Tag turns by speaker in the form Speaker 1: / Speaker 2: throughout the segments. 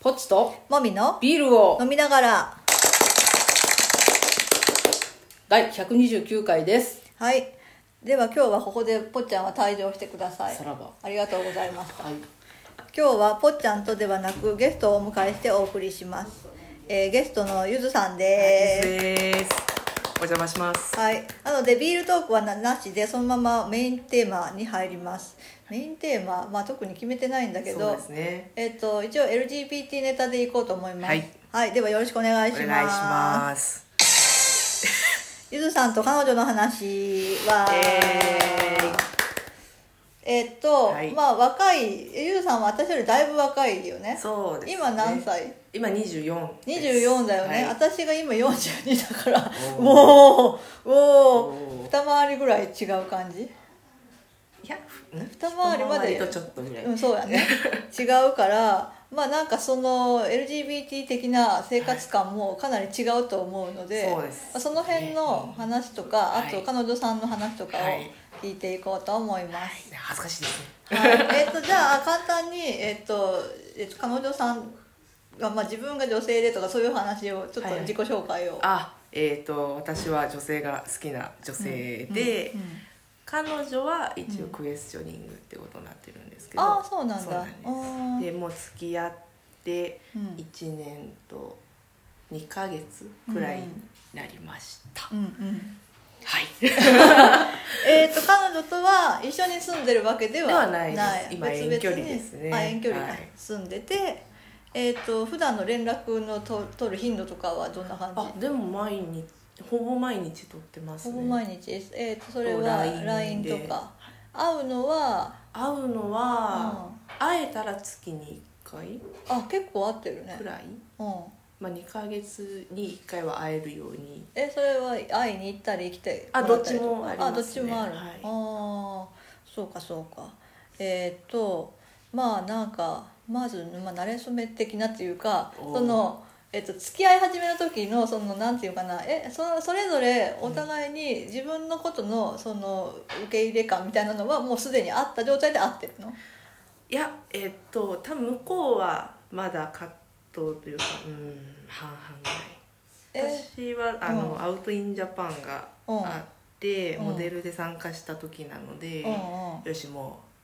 Speaker 1: ポチと
Speaker 2: もみの
Speaker 1: ビールを
Speaker 2: 飲みながら
Speaker 1: 第129回です
Speaker 2: はいでは今日はここでぽっちゃんは退場してください
Speaker 1: さらば
Speaker 2: ありがとうございます
Speaker 1: はい
Speaker 2: 今日はぽっちゃんとではなくゲストをお迎えしてお送りします、えーゲストのゆずさんで
Speaker 3: です。お邪魔します
Speaker 2: す。はいなのでビールトークはななしでそのままメインテーマに入りますメインテーマ、まあ、特に決めてないんだけ
Speaker 3: そう
Speaker 2: ど
Speaker 3: ですね。
Speaker 2: えっと一応 LGBT ネタでいこうと思います
Speaker 3: はい、
Speaker 2: はい、ではよろしくお願い
Speaker 3: お
Speaker 2: し
Speaker 3: 願いし
Speaker 2: ます
Speaker 3: ます。
Speaker 2: ゆずさんと彼女の話は、
Speaker 3: えー
Speaker 2: えっと、
Speaker 3: はい
Speaker 2: まあ若いゆずさんは私よりだいぶ若いよね
Speaker 3: そうです、ね。
Speaker 2: 今何？歳
Speaker 3: 今二十四。
Speaker 2: 24だよね、
Speaker 3: はい
Speaker 2: 私が今42だから
Speaker 3: おー
Speaker 2: もうお
Speaker 3: お
Speaker 2: お
Speaker 3: ー
Speaker 2: 二回りぐらい違う感じ
Speaker 3: いや、
Speaker 2: 二回りまで
Speaker 3: 一回とちょっとぐらい。
Speaker 2: うんそう やね違うからまあなんかその LGBT 的な生活感もかなり違うと思うので,、
Speaker 3: そうです
Speaker 2: その辺の話とか、
Speaker 3: ね
Speaker 2: あと彼女さんの話とかを
Speaker 3: はい
Speaker 2: 聞いていこうと思います、
Speaker 3: 恥ずかしいですね。
Speaker 2: はいえっとじゃあ簡単に、えっとえっと、彼女さんが、まあ、自分が女性でとかそういう話をちょっ
Speaker 3: はいは
Speaker 2: と
Speaker 3: い
Speaker 2: 自己紹介を、
Speaker 3: あ、えっ、と私は女性が好きな女性で、
Speaker 2: うん
Speaker 3: 彼女は一応クエスチョニングってことになってるんですけど。
Speaker 2: ああそうなん
Speaker 3: そう
Speaker 2: だ
Speaker 3: なんです。で、もう付き合って
Speaker 2: あーうん
Speaker 3: 一年と二ヶ月くらいになりました。
Speaker 2: うんうん
Speaker 3: はい。
Speaker 2: えー、と彼女とは一緒に住んでるわけでは
Speaker 3: ではないです今遠距離ですね
Speaker 2: あ遠距離
Speaker 3: はい
Speaker 2: 住んでて、えー、と普段の連絡のと取る頻度とかはどんな感じ
Speaker 3: あでも毎日ほぼ毎日撮ってます
Speaker 2: ほ
Speaker 3: ね
Speaker 2: ぼ毎日です、えー、とそれは
Speaker 3: LINE で
Speaker 2: LINE とか会うのは、
Speaker 3: 会うの
Speaker 2: うん、
Speaker 3: は、
Speaker 2: あ
Speaker 3: 会えたら月に1回
Speaker 2: 結構会ってるね
Speaker 3: く、らい、
Speaker 2: うん、
Speaker 3: まあ、2ヶ月に1回は会えるように
Speaker 2: えそれは会いに行ったり来て
Speaker 3: あ
Speaker 2: もらたりとか
Speaker 3: どっちもありますね
Speaker 2: あどっちもある、
Speaker 3: はい
Speaker 2: ああそうかそうかえっ、とまあなんかまず、まあ、慣れ初め的なっていうか
Speaker 3: おう
Speaker 2: そのえっと、付き合い始めの時のそのなんていうかなえそそれぞれお互いに自分のことのその受け入れ感みたいなのはもうすでにあった状態で合ってるの
Speaker 3: いやえっと多分向こうはまだ葛藤というかうん半々ぐらい
Speaker 2: え
Speaker 3: 私はあの、
Speaker 2: うん
Speaker 3: アウト・イン・ジャパンが
Speaker 2: うん
Speaker 3: あって、
Speaker 2: うん
Speaker 3: モデルで参加した時なので、
Speaker 2: うんうん
Speaker 3: よしもう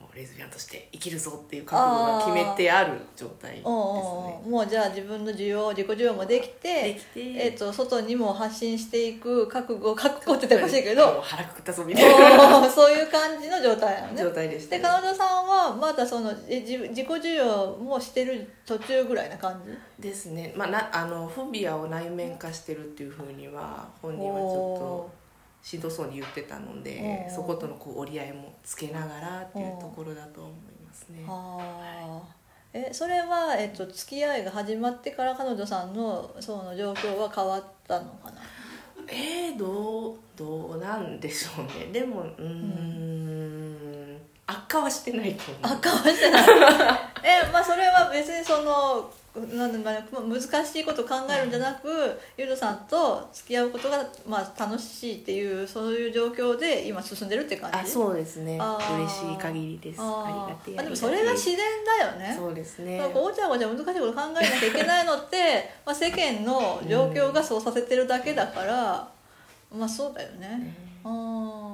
Speaker 3: もうレズビアンとして生きるぞっていう覚悟が決めてある状態ですね
Speaker 2: うんうんうんもうじゃあ自分の需要自己需要もでき
Speaker 3: で
Speaker 2: て
Speaker 3: きて、
Speaker 2: えー、と外にも発信していく覚悟覚悟って言ってほしいけど
Speaker 3: もう腹くくったぞみたいな
Speaker 2: もうそういう感じの状態なのね
Speaker 3: 状態でした
Speaker 2: で
Speaker 3: ね、
Speaker 2: 彼女さんはまだそのえ自自己需要もしてる途中ぐらいな感じ
Speaker 3: ですねまあなあのフォビアを内面化してるっていうふうには本人はちょっ
Speaker 2: お
Speaker 3: としんどそうに言ってたので
Speaker 2: おー
Speaker 3: そことのこう折り合いもつけながらっていうところだと思いますね
Speaker 2: ーはあえそれは、えっと付き合いが始まってから彼女さんのその状況は変わったのかな
Speaker 3: えー、どうどうなんでしょう ねでもうーん悪化はしてないと思う
Speaker 2: あ変わってない えまあそれは別にそのなんだろうまあ難しいことを考えるんじゃなく、ゆるさんと付き合うことが、まあ、楽しいっていうそういう状況で今進んでるって感じ
Speaker 3: あそうですね
Speaker 2: あー
Speaker 3: 嬉しい限りですあ
Speaker 2: あ
Speaker 3: り
Speaker 2: ー
Speaker 3: がてえ
Speaker 2: あでもそれが自然だよね
Speaker 3: そうですね
Speaker 2: なんかごちゃごちゃ難しいこと考えなきゃいけないのってまあ世間の状況がそうさせてるだけだから、まあそうだよね、ああ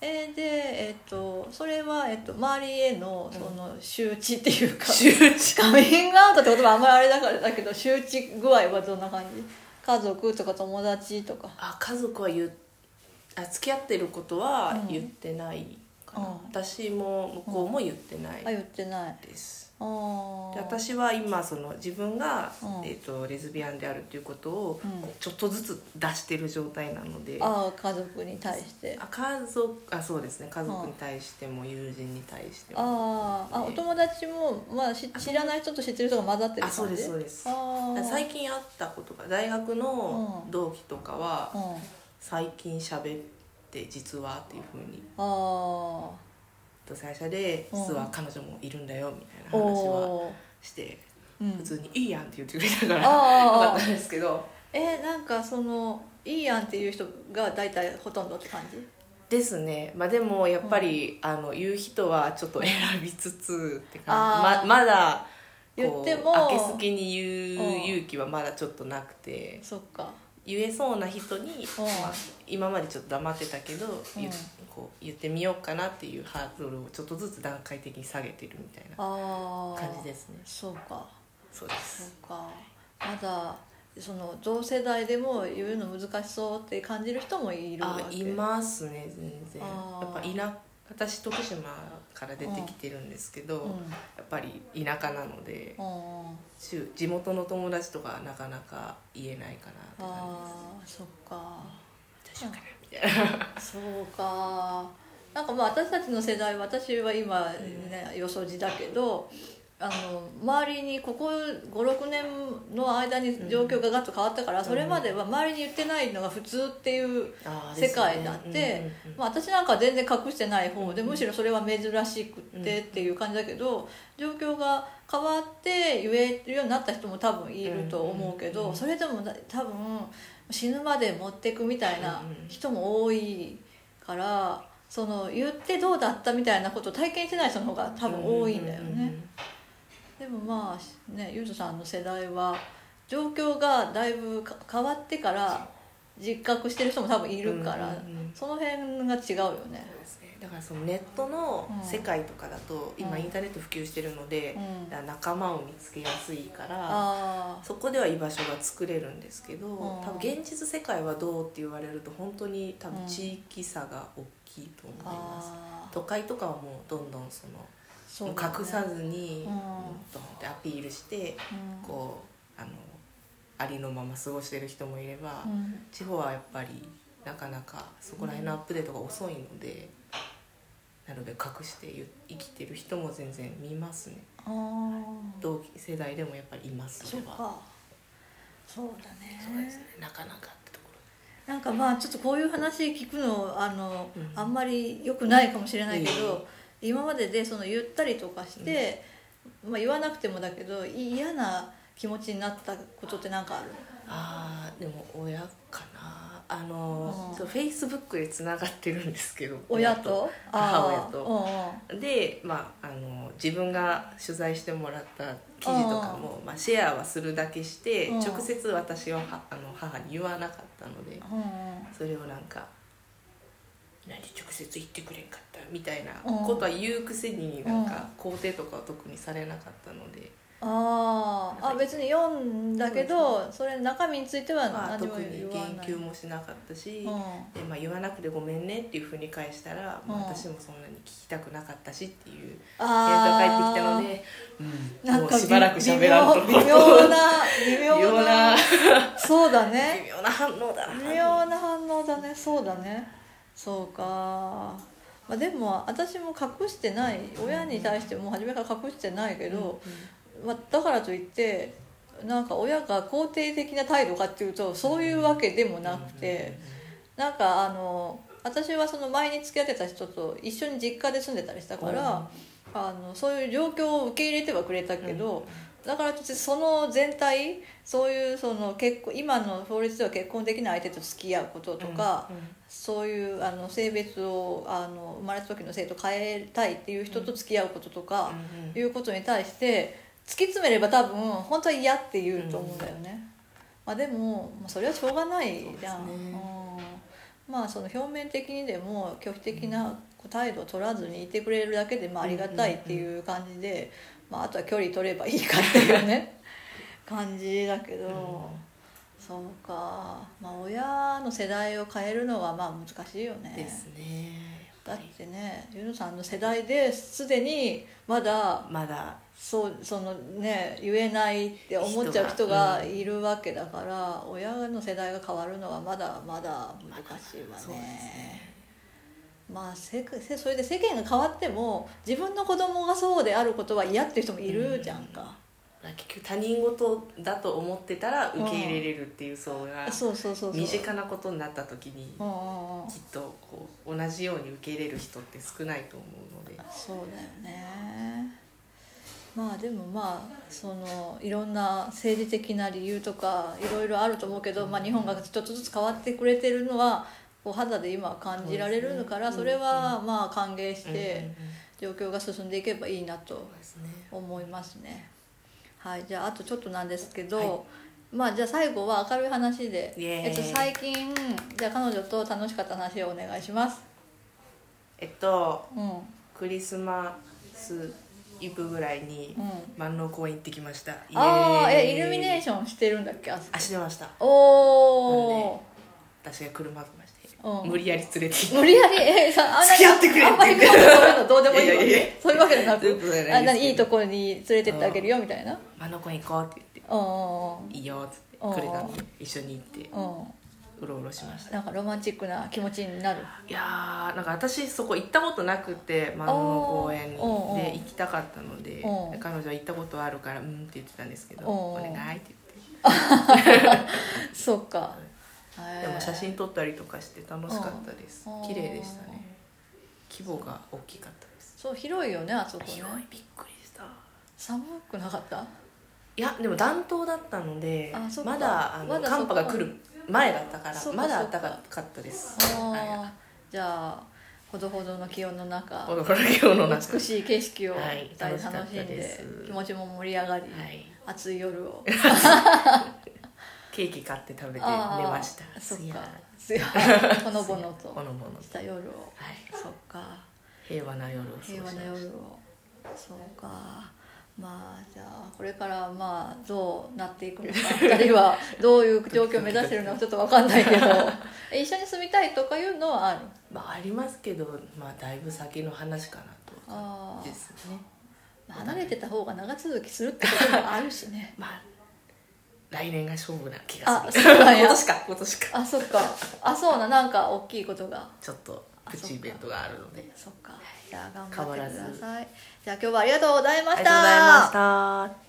Speaker 2: えーでえっ、とそれは、えっと周りへのその周知っていうか、
Speaker 3: 周知
Speaker 2: カミングアウトって言葉あんまりあれだからだけど周知具合はどんな感じ家族とか友達とか
Speaker 3: あ家族は言うあ付き合ってることは言ってないかな、
Speaker 2: うん
Speaker 3: 私も向こうも言ってな
Speaker 2: あ
Speaker 3: い
Speaker 2: 言ってない
Speaker 3: です、
Speaker 2: あー
Speaker 3: で私は今その自分が、
Speaker 2: うん
Speaker 3: えー、とレズビアンであるということを
Speaker 2: うん
Speaker 3: こうちょっとずつ出してる状態なので、
Speaker 2: あー家族に対して
Speaker 3: あ家族あそうですね家族に対しても友人に対しても
Speaker 2: あー
Speaker 3: ね
Speaker 2: あお友達も、まあ、し知らない人と知ってる人が混ざってる感
Speaker 3: あ
Speaker 2: じ
Speaker 3: そうですそうです
Speaker 2: あー
Speaker 3: 最近会ったことが大学の
Speaker 2: うん
Speaker 3: 同期とかは
Speaker 2: うん、あ
Speaker 3: 最近喋って実はっていうふうに
Speaker 2: あ
Speaker 3: と最初で
Speaker 2: うん
Speaker 3: 実は彼女もいるんだよみたいな話は
Speaker 2: おー
Speaker 3: して
Speaker 2: うん
Speaker 3: 普通に「いいやん」って言ってくれたからよ
Speaker 2: あー
Speaker 3: かったんですけど
Speaker 2: えなんかそのいいやんっていう人が大体ほとんどって感じ
Speaker 3: ですねまあでもやっぱり、あの言う人はちょっと選びつつって
Speaker 2: あ
Speaker 3: 感
Speaker 2: ー
Speaker 3: じままだ
Speaker 2: 言っても
Speaker 3: あけすきに言ううん勇気はまだちょっとなくて
Speaker 2: そっか
Speaker 3: 言えそうな人に、
Speaker 2: うん
Speaker 3: まあ今までちょっと黙ってたけど、言
Speaker 2: うん
Speaker 3: こう言ってみようかなっていうハードルをちょっとずつ段階的に下げてるみたいな
Speaker 2: ああ
Speaker 3: 感じですね
Speaker 2: そうか
Speaker 3: そうです
Speaker 2: そうかまだその同世代でも言うの難しそうって感じる人もいるわ
Speaker 3: あ
Speaker 2: け
Speaker 3: いますね全然
Speaker 2: あ
Speaker 3: やっぱ
Speaker 2: ー
Speaker 3: 田私徳島から出てきてるんですけど、
Speaker 2: うん
Speaker 3: やっぱり田舎なので
Speaker 2: うん
Speaker 3: 周地元の友達とかはなかなか言えないかなって感
Speaker 2: ああそっか
Speaker 3: じですどうしようかなみたいな
Speaker 2: そうかなんかまあ私たちの世代私は今ねよそじだけどあの周りにここ56年の間に状況がガッと変わったから、それまでは周りに言ってないのが普通っていう
Speaker 3: あー
Speaker 2: 世界だって、
Speaker 3: ですねうんうんうん
Speaker 2: まあ、私なんかは全然隠してない方で、
Speaker 3: うん
Speaker 2: むしろそれは珍しくってっていう感じだけど状況が変わって言えるようになった人も多分いると思うけど、
Speaker 3: うんうんうん
Speaker 2: それでもな多分死ぬまで持ってくみたいな
Speaker 3: うんうん
Speaker 2: 人も多いからその言ってどうだったみたいなことを体験してない人の方が多分多いんだよね。
Speaker 3: うううん
Speaker 2: でもまあねゆずさんの世代は状況がだいぶか変わってから実覚してる人も多分いるから、
Speaker 3: うんうんうん
Speaker 2: その辺が違うよね。
Speaker 3: そうですねだからそのネットの世界とかだと、
Speaker 2: うん
Speaker 3: 今インターネット普及してるので、
Speaker 2: うん
Speaker 3: だから仲間を見つけやすいから
Speaker 2: あ
Speaker 3: そこでは居場所が作れるんですけど、
Speaker 2: ん
Speaker 3: 多分現実世界はどうって言われると本当に多分地域差が大きいと思い
Speaker 2: ー
Speaker 3: ます、
Speaker 2: あー
Speaker 3: 都会とかはもうどんどんその
Speaker 2: そうだね
Speaker 3: 隠さずに、
Speaker 2: うん
Speaker 3: ドンってアピールして
Speaker 2: うん
Speaker 3: こうあのありのまま過ごしてる人もいれば、
Speaker 2: うん
Speaker 3: 地方はやっぱりなかなかそこら辺のアップデートが遅いので、なので隠してゆ生きてる人も全然見ますね
Speaker 2: あー
Speaker 3: 同期世代でもやっぱりいます
Speaker 2: そう
Speaker 3: れは
Speaker 2: かそうだね
Speaker 3: そうですねなかなかってところ
Speaker 2: なんかまあちょっとこういう話聞くのあの、
Speaker 3: うん
Speaker 2: あんまり良くないかもしれないけ
Speaker 3: う
Speaker 2: ど、今まででその言ったりとかして、まあ、言わなくてもだけどい嫌な気持ちになったことって何かある
Speaker 3: あーでも親かなあの
Speaker 2: うん
Speaker 3: フェイスブックでつながってるんですけど
Speaker 2: 親と
Speaker 3: 母親
Speaker 2: あー
Speaker 3: と
Speaker 2: うんうん
Speaker 3: で、まあ、あの自分が取材してもらった記事とかも、まあ、シェアはするだけして、
Speaker 2: うん
Speaker 3: 直接私ははあの母に言わなかったので
Speaker 2: うん
Speaker 3: それをなんか「何直接言ってくれんかった」みたいなことは言うくせになんか肯定とかは特にされなかったので、
Speaker 2: あーあ別に読んだけどそれ中身については
Speaker 3: まあ、
Speaker 2: 何も
Speaker 3: 特に
Speaker 2: 言わ
Speaker 3: 言
Speaker 2: ない、
Speaker 3: 及もしなかったし。
Speaker 2: うん
Speaker 3: でまあ、言わなくてごめんねっていうふうに返したら、まあ
Speaker 2: うん
Speaker 3: 私もそんなに聞きたくなかったしっていう返答返って
Speaker 2: あ
Speaker 3: き
Speaker 2: ー
Speaker 3: たので、
Speaker 2: なん
Speaker 3: も
Speaker 2: か
Speaker 3: うしばらく喋らんと
Speaker 2: 微妙微 妙な微妙な
Speaker 3: 微妙な
Speaker 2: そうだ
Speaker 3: 微
Speaker 2: ね
Speaker 3: 妙な反応だな
Speaker 2: 微妙な反応だねそうだねそうか、まあ、でも私も隠してない親に対しても初めから隠してないけど、まあ、だからといってなんか親が肯定的な態度かっていうとそういうわけでもなくて。なんかあの私はその前に付き合ってた人と一緒に実家で住んでたりしたから、あのそういう状況を受け入れてはくれたけど、だから私その全体そういうその結婚今の法律では結婚できない相手と付き合うこととか、
Speaker 3: うんうん
Speaker 2: そういうあの性別をあの生まれた時の性と変えたいっていう人と付き合うこととか、
Speaker 3: うんうん
Speaker 2: いうことに対して突き詰めれば多分本当は嫌って言うと思うんだよね、まあ、でも、まあ、それはしょうがないじゃん、
Speaker 3: そうですね
Speaker 2: うんまあその表面的にでも拒否的な態度を取らずにいてくれるだけでまあありがたいっていう感じで、まあ、あとは距離取ればいいかっていうね 感じだけど、そうか、まあ、親の世代を変えるのはまあ難しいよね。
Speaker 3: ですね
Speaker 2: だってねゆのさんの世代ですでにまだ
Speaker 3: まだ
Speaker 2: そうそのね言えないって思っちゃう人
Speaker 3: 人が
Speaker 2: が
Speaker 3: うん
Speaker 2: いるわけだから、親の世代が変わるのはまだまだ難しいわね。
Speaker 3: そうですね
Speaker 2: まあ、せせそれで世間が変わっても自分の子供がそうであることは嫌っていう人もいるじゃんか、
Speaker 3: 結局他人事だと思ってたら受け入れれるっていう層が
Speaker 2: そうそうそうそう
Speaker 3: 身近なことになった時に
Speaker 2: うんうんうん
Speaker 3: きっとこう同じように受け入れる人って少ないと思うので
Speaker 2: そうだよねまあでもまあそのいろんな政治的な理由とかいろいろあると思うけど、まあ、日本がちょっとずつ変わってくれてるのはこう肌で今感じられるのからそ,、
Speaker 3: そうですね
Speaker 2: れはまあ歓迎し
Speaker 3: うんうんうん
Speaker 2: て状況が進んでいけばいいなと
Speaker 3: そうですね
Speaker 2: 思いますね。はい、じゃああとちょっとなんですけど、
Speaker 3: は
Speaker 2: まあじゃあ最後は明るい話で、
Speaker 3: イエーイ
Speaker 2: えっと、最近じゃあ彼女と楽しかった話をお願いします
Speaker 3: えっと
Speaker 2: うん
Speaker 3: クリスマスイブぐらいに
Speaker 2: うん
Speaker 3: 万能公園行ってきました
Speaker 2: ああえイルミネー
Speaker 3: シ
Speaker 2: ションしてるんだっけあそこ
Speaker 3: あしてました
Speaker 2: おお、
Speaker 3: 私が車止まして、
Speaker 2: うん
Speaker 3: 無理やり連れて行っ
Speaker 2: 無理やりえさあんなに
Speaker 3: 付き合ってくれって
Speaker 2: あんまり深くそういうのどうでもいい
Speaker 3: い
Speaker 2: わけ
Speaker 3: やいやいや
Speaker 2: そういうわけじゃな
Speaker 3: そういうことじゃ
Speaker 2: く
Speaker 3: ないです
Speaker 2: あ
Speaker 3: けど
Speaker 2: なにいいところに連れてってあげるよみたいなうん
Speaker 3: て万能公園行こうって言っ
Speaker 2: うんうん
Speaker 3: ていいよっつってくれたんで一緒に行って
Speaker 2: うん
Speaker 3: うろうろしました
Speaker 2: なんかロマンチックな気持ちになる
Speaker 3: いやーなんか私そこ行ったことなくて万能公園にで
Speaker 2: おーうんうん
Speaker 3: 行きたかったので
Speaker 2: うん
Speaker 3: 彼女は行ったことあるからうんって言ってたんですけど
Speaker 2: うん
Speaker 3: お願いって
Speaker 2: そうか
Speaker 3: 言
Speaker 2: へ
Speaker 3: って
Speaker 2: ー
Speaker 3: でも写真撮ったりとかして楽しかったです
Speaker 2: うん
Speaker 3: 綺麗でしたね規模が大きかったです
Speaker 2: そう広いよねあそこね
Speaker 3: 広いびっくりした
Speaker 2: 寒くなかった
Speaker 3: いやでも暖冬だったので
Speaker 2: あそっか
Speaker 3: まだあの
Speaker 2: まだそっ
Speaker 3: 寒
Speaker 2: か
Speaker 3: 波が来る前だったから
Speaker 2: そっか
Speaker 3: まだ
Speaker 2: そっか
Speaker 3: 暖かかったです
Speaker 2: あーじゃあほどほどの気温の中
Speaker 3: 驚きようの中
Speaker 2: 美しい景色を
Speaker 3: はい
Speaker 2: 大
Speaker 3: 楽し
Speaker 2: 変
Speaker 3: かった
Speaker 2: 楽しん
Speaker 3: です
Speaker 2: で気持ちも盛り上がり
Speaker 3: はい
Speaker 2: 暑い夜を
Speaker 3: ケーキ買って食べて寝
Speaker 2: あー
Speaker 3: ました
Speaker 2: そっ
Speaker 3: いや
Speaker 2: か艶ほのぼのと
Speaker 3: ほのぼのと
Speaker 2: した夜を
Speaker 3: はい
Speaker 2: そっか
Speaker 3: 平和な夜を過ごし
Speaker 2: 平
Speaker 3: ま
Speaker 2: 和
Speaker 3: し
Speaker 2: な
Speaker 3: た
Speaker 2: 夜をそうかまあじゃあこれからまあどうなっていくのか二人 はどういう状況を目指してるのかちょっとわかんないけ どえ一緒に住みたいとかいうのはある
Speaker 3: まあありますけどまあだいぶ先の話かなとは
Speaker 2: あー
Speaker 3: ですね
Speaker 2: 離れてた方が長続きするってこともあるしね
Speaker 3: まあ来年が勝負な気がす
Speaker 2: あ
Speaker 3: る
Speaker 2: そうな
Speaker 3: 今
Speaker 2: んや
Speaker 3: 年か今年か
Speaker 2: あそっかあそうななんか大きいことが
Speaker 3: ちょっとプチイベントがあるので
Speaker 2: そっかじゃあ頑張って
Speaker 3: 変わら
Speaker 2: くだ
Speaker 3: ず
Speaker 2: さいじゃあ今日はありがとうございま
Speaker 3: あ
Speaker 2: し
Speaker 3: り
Speaker 2: た
Speaker 3: がとうございました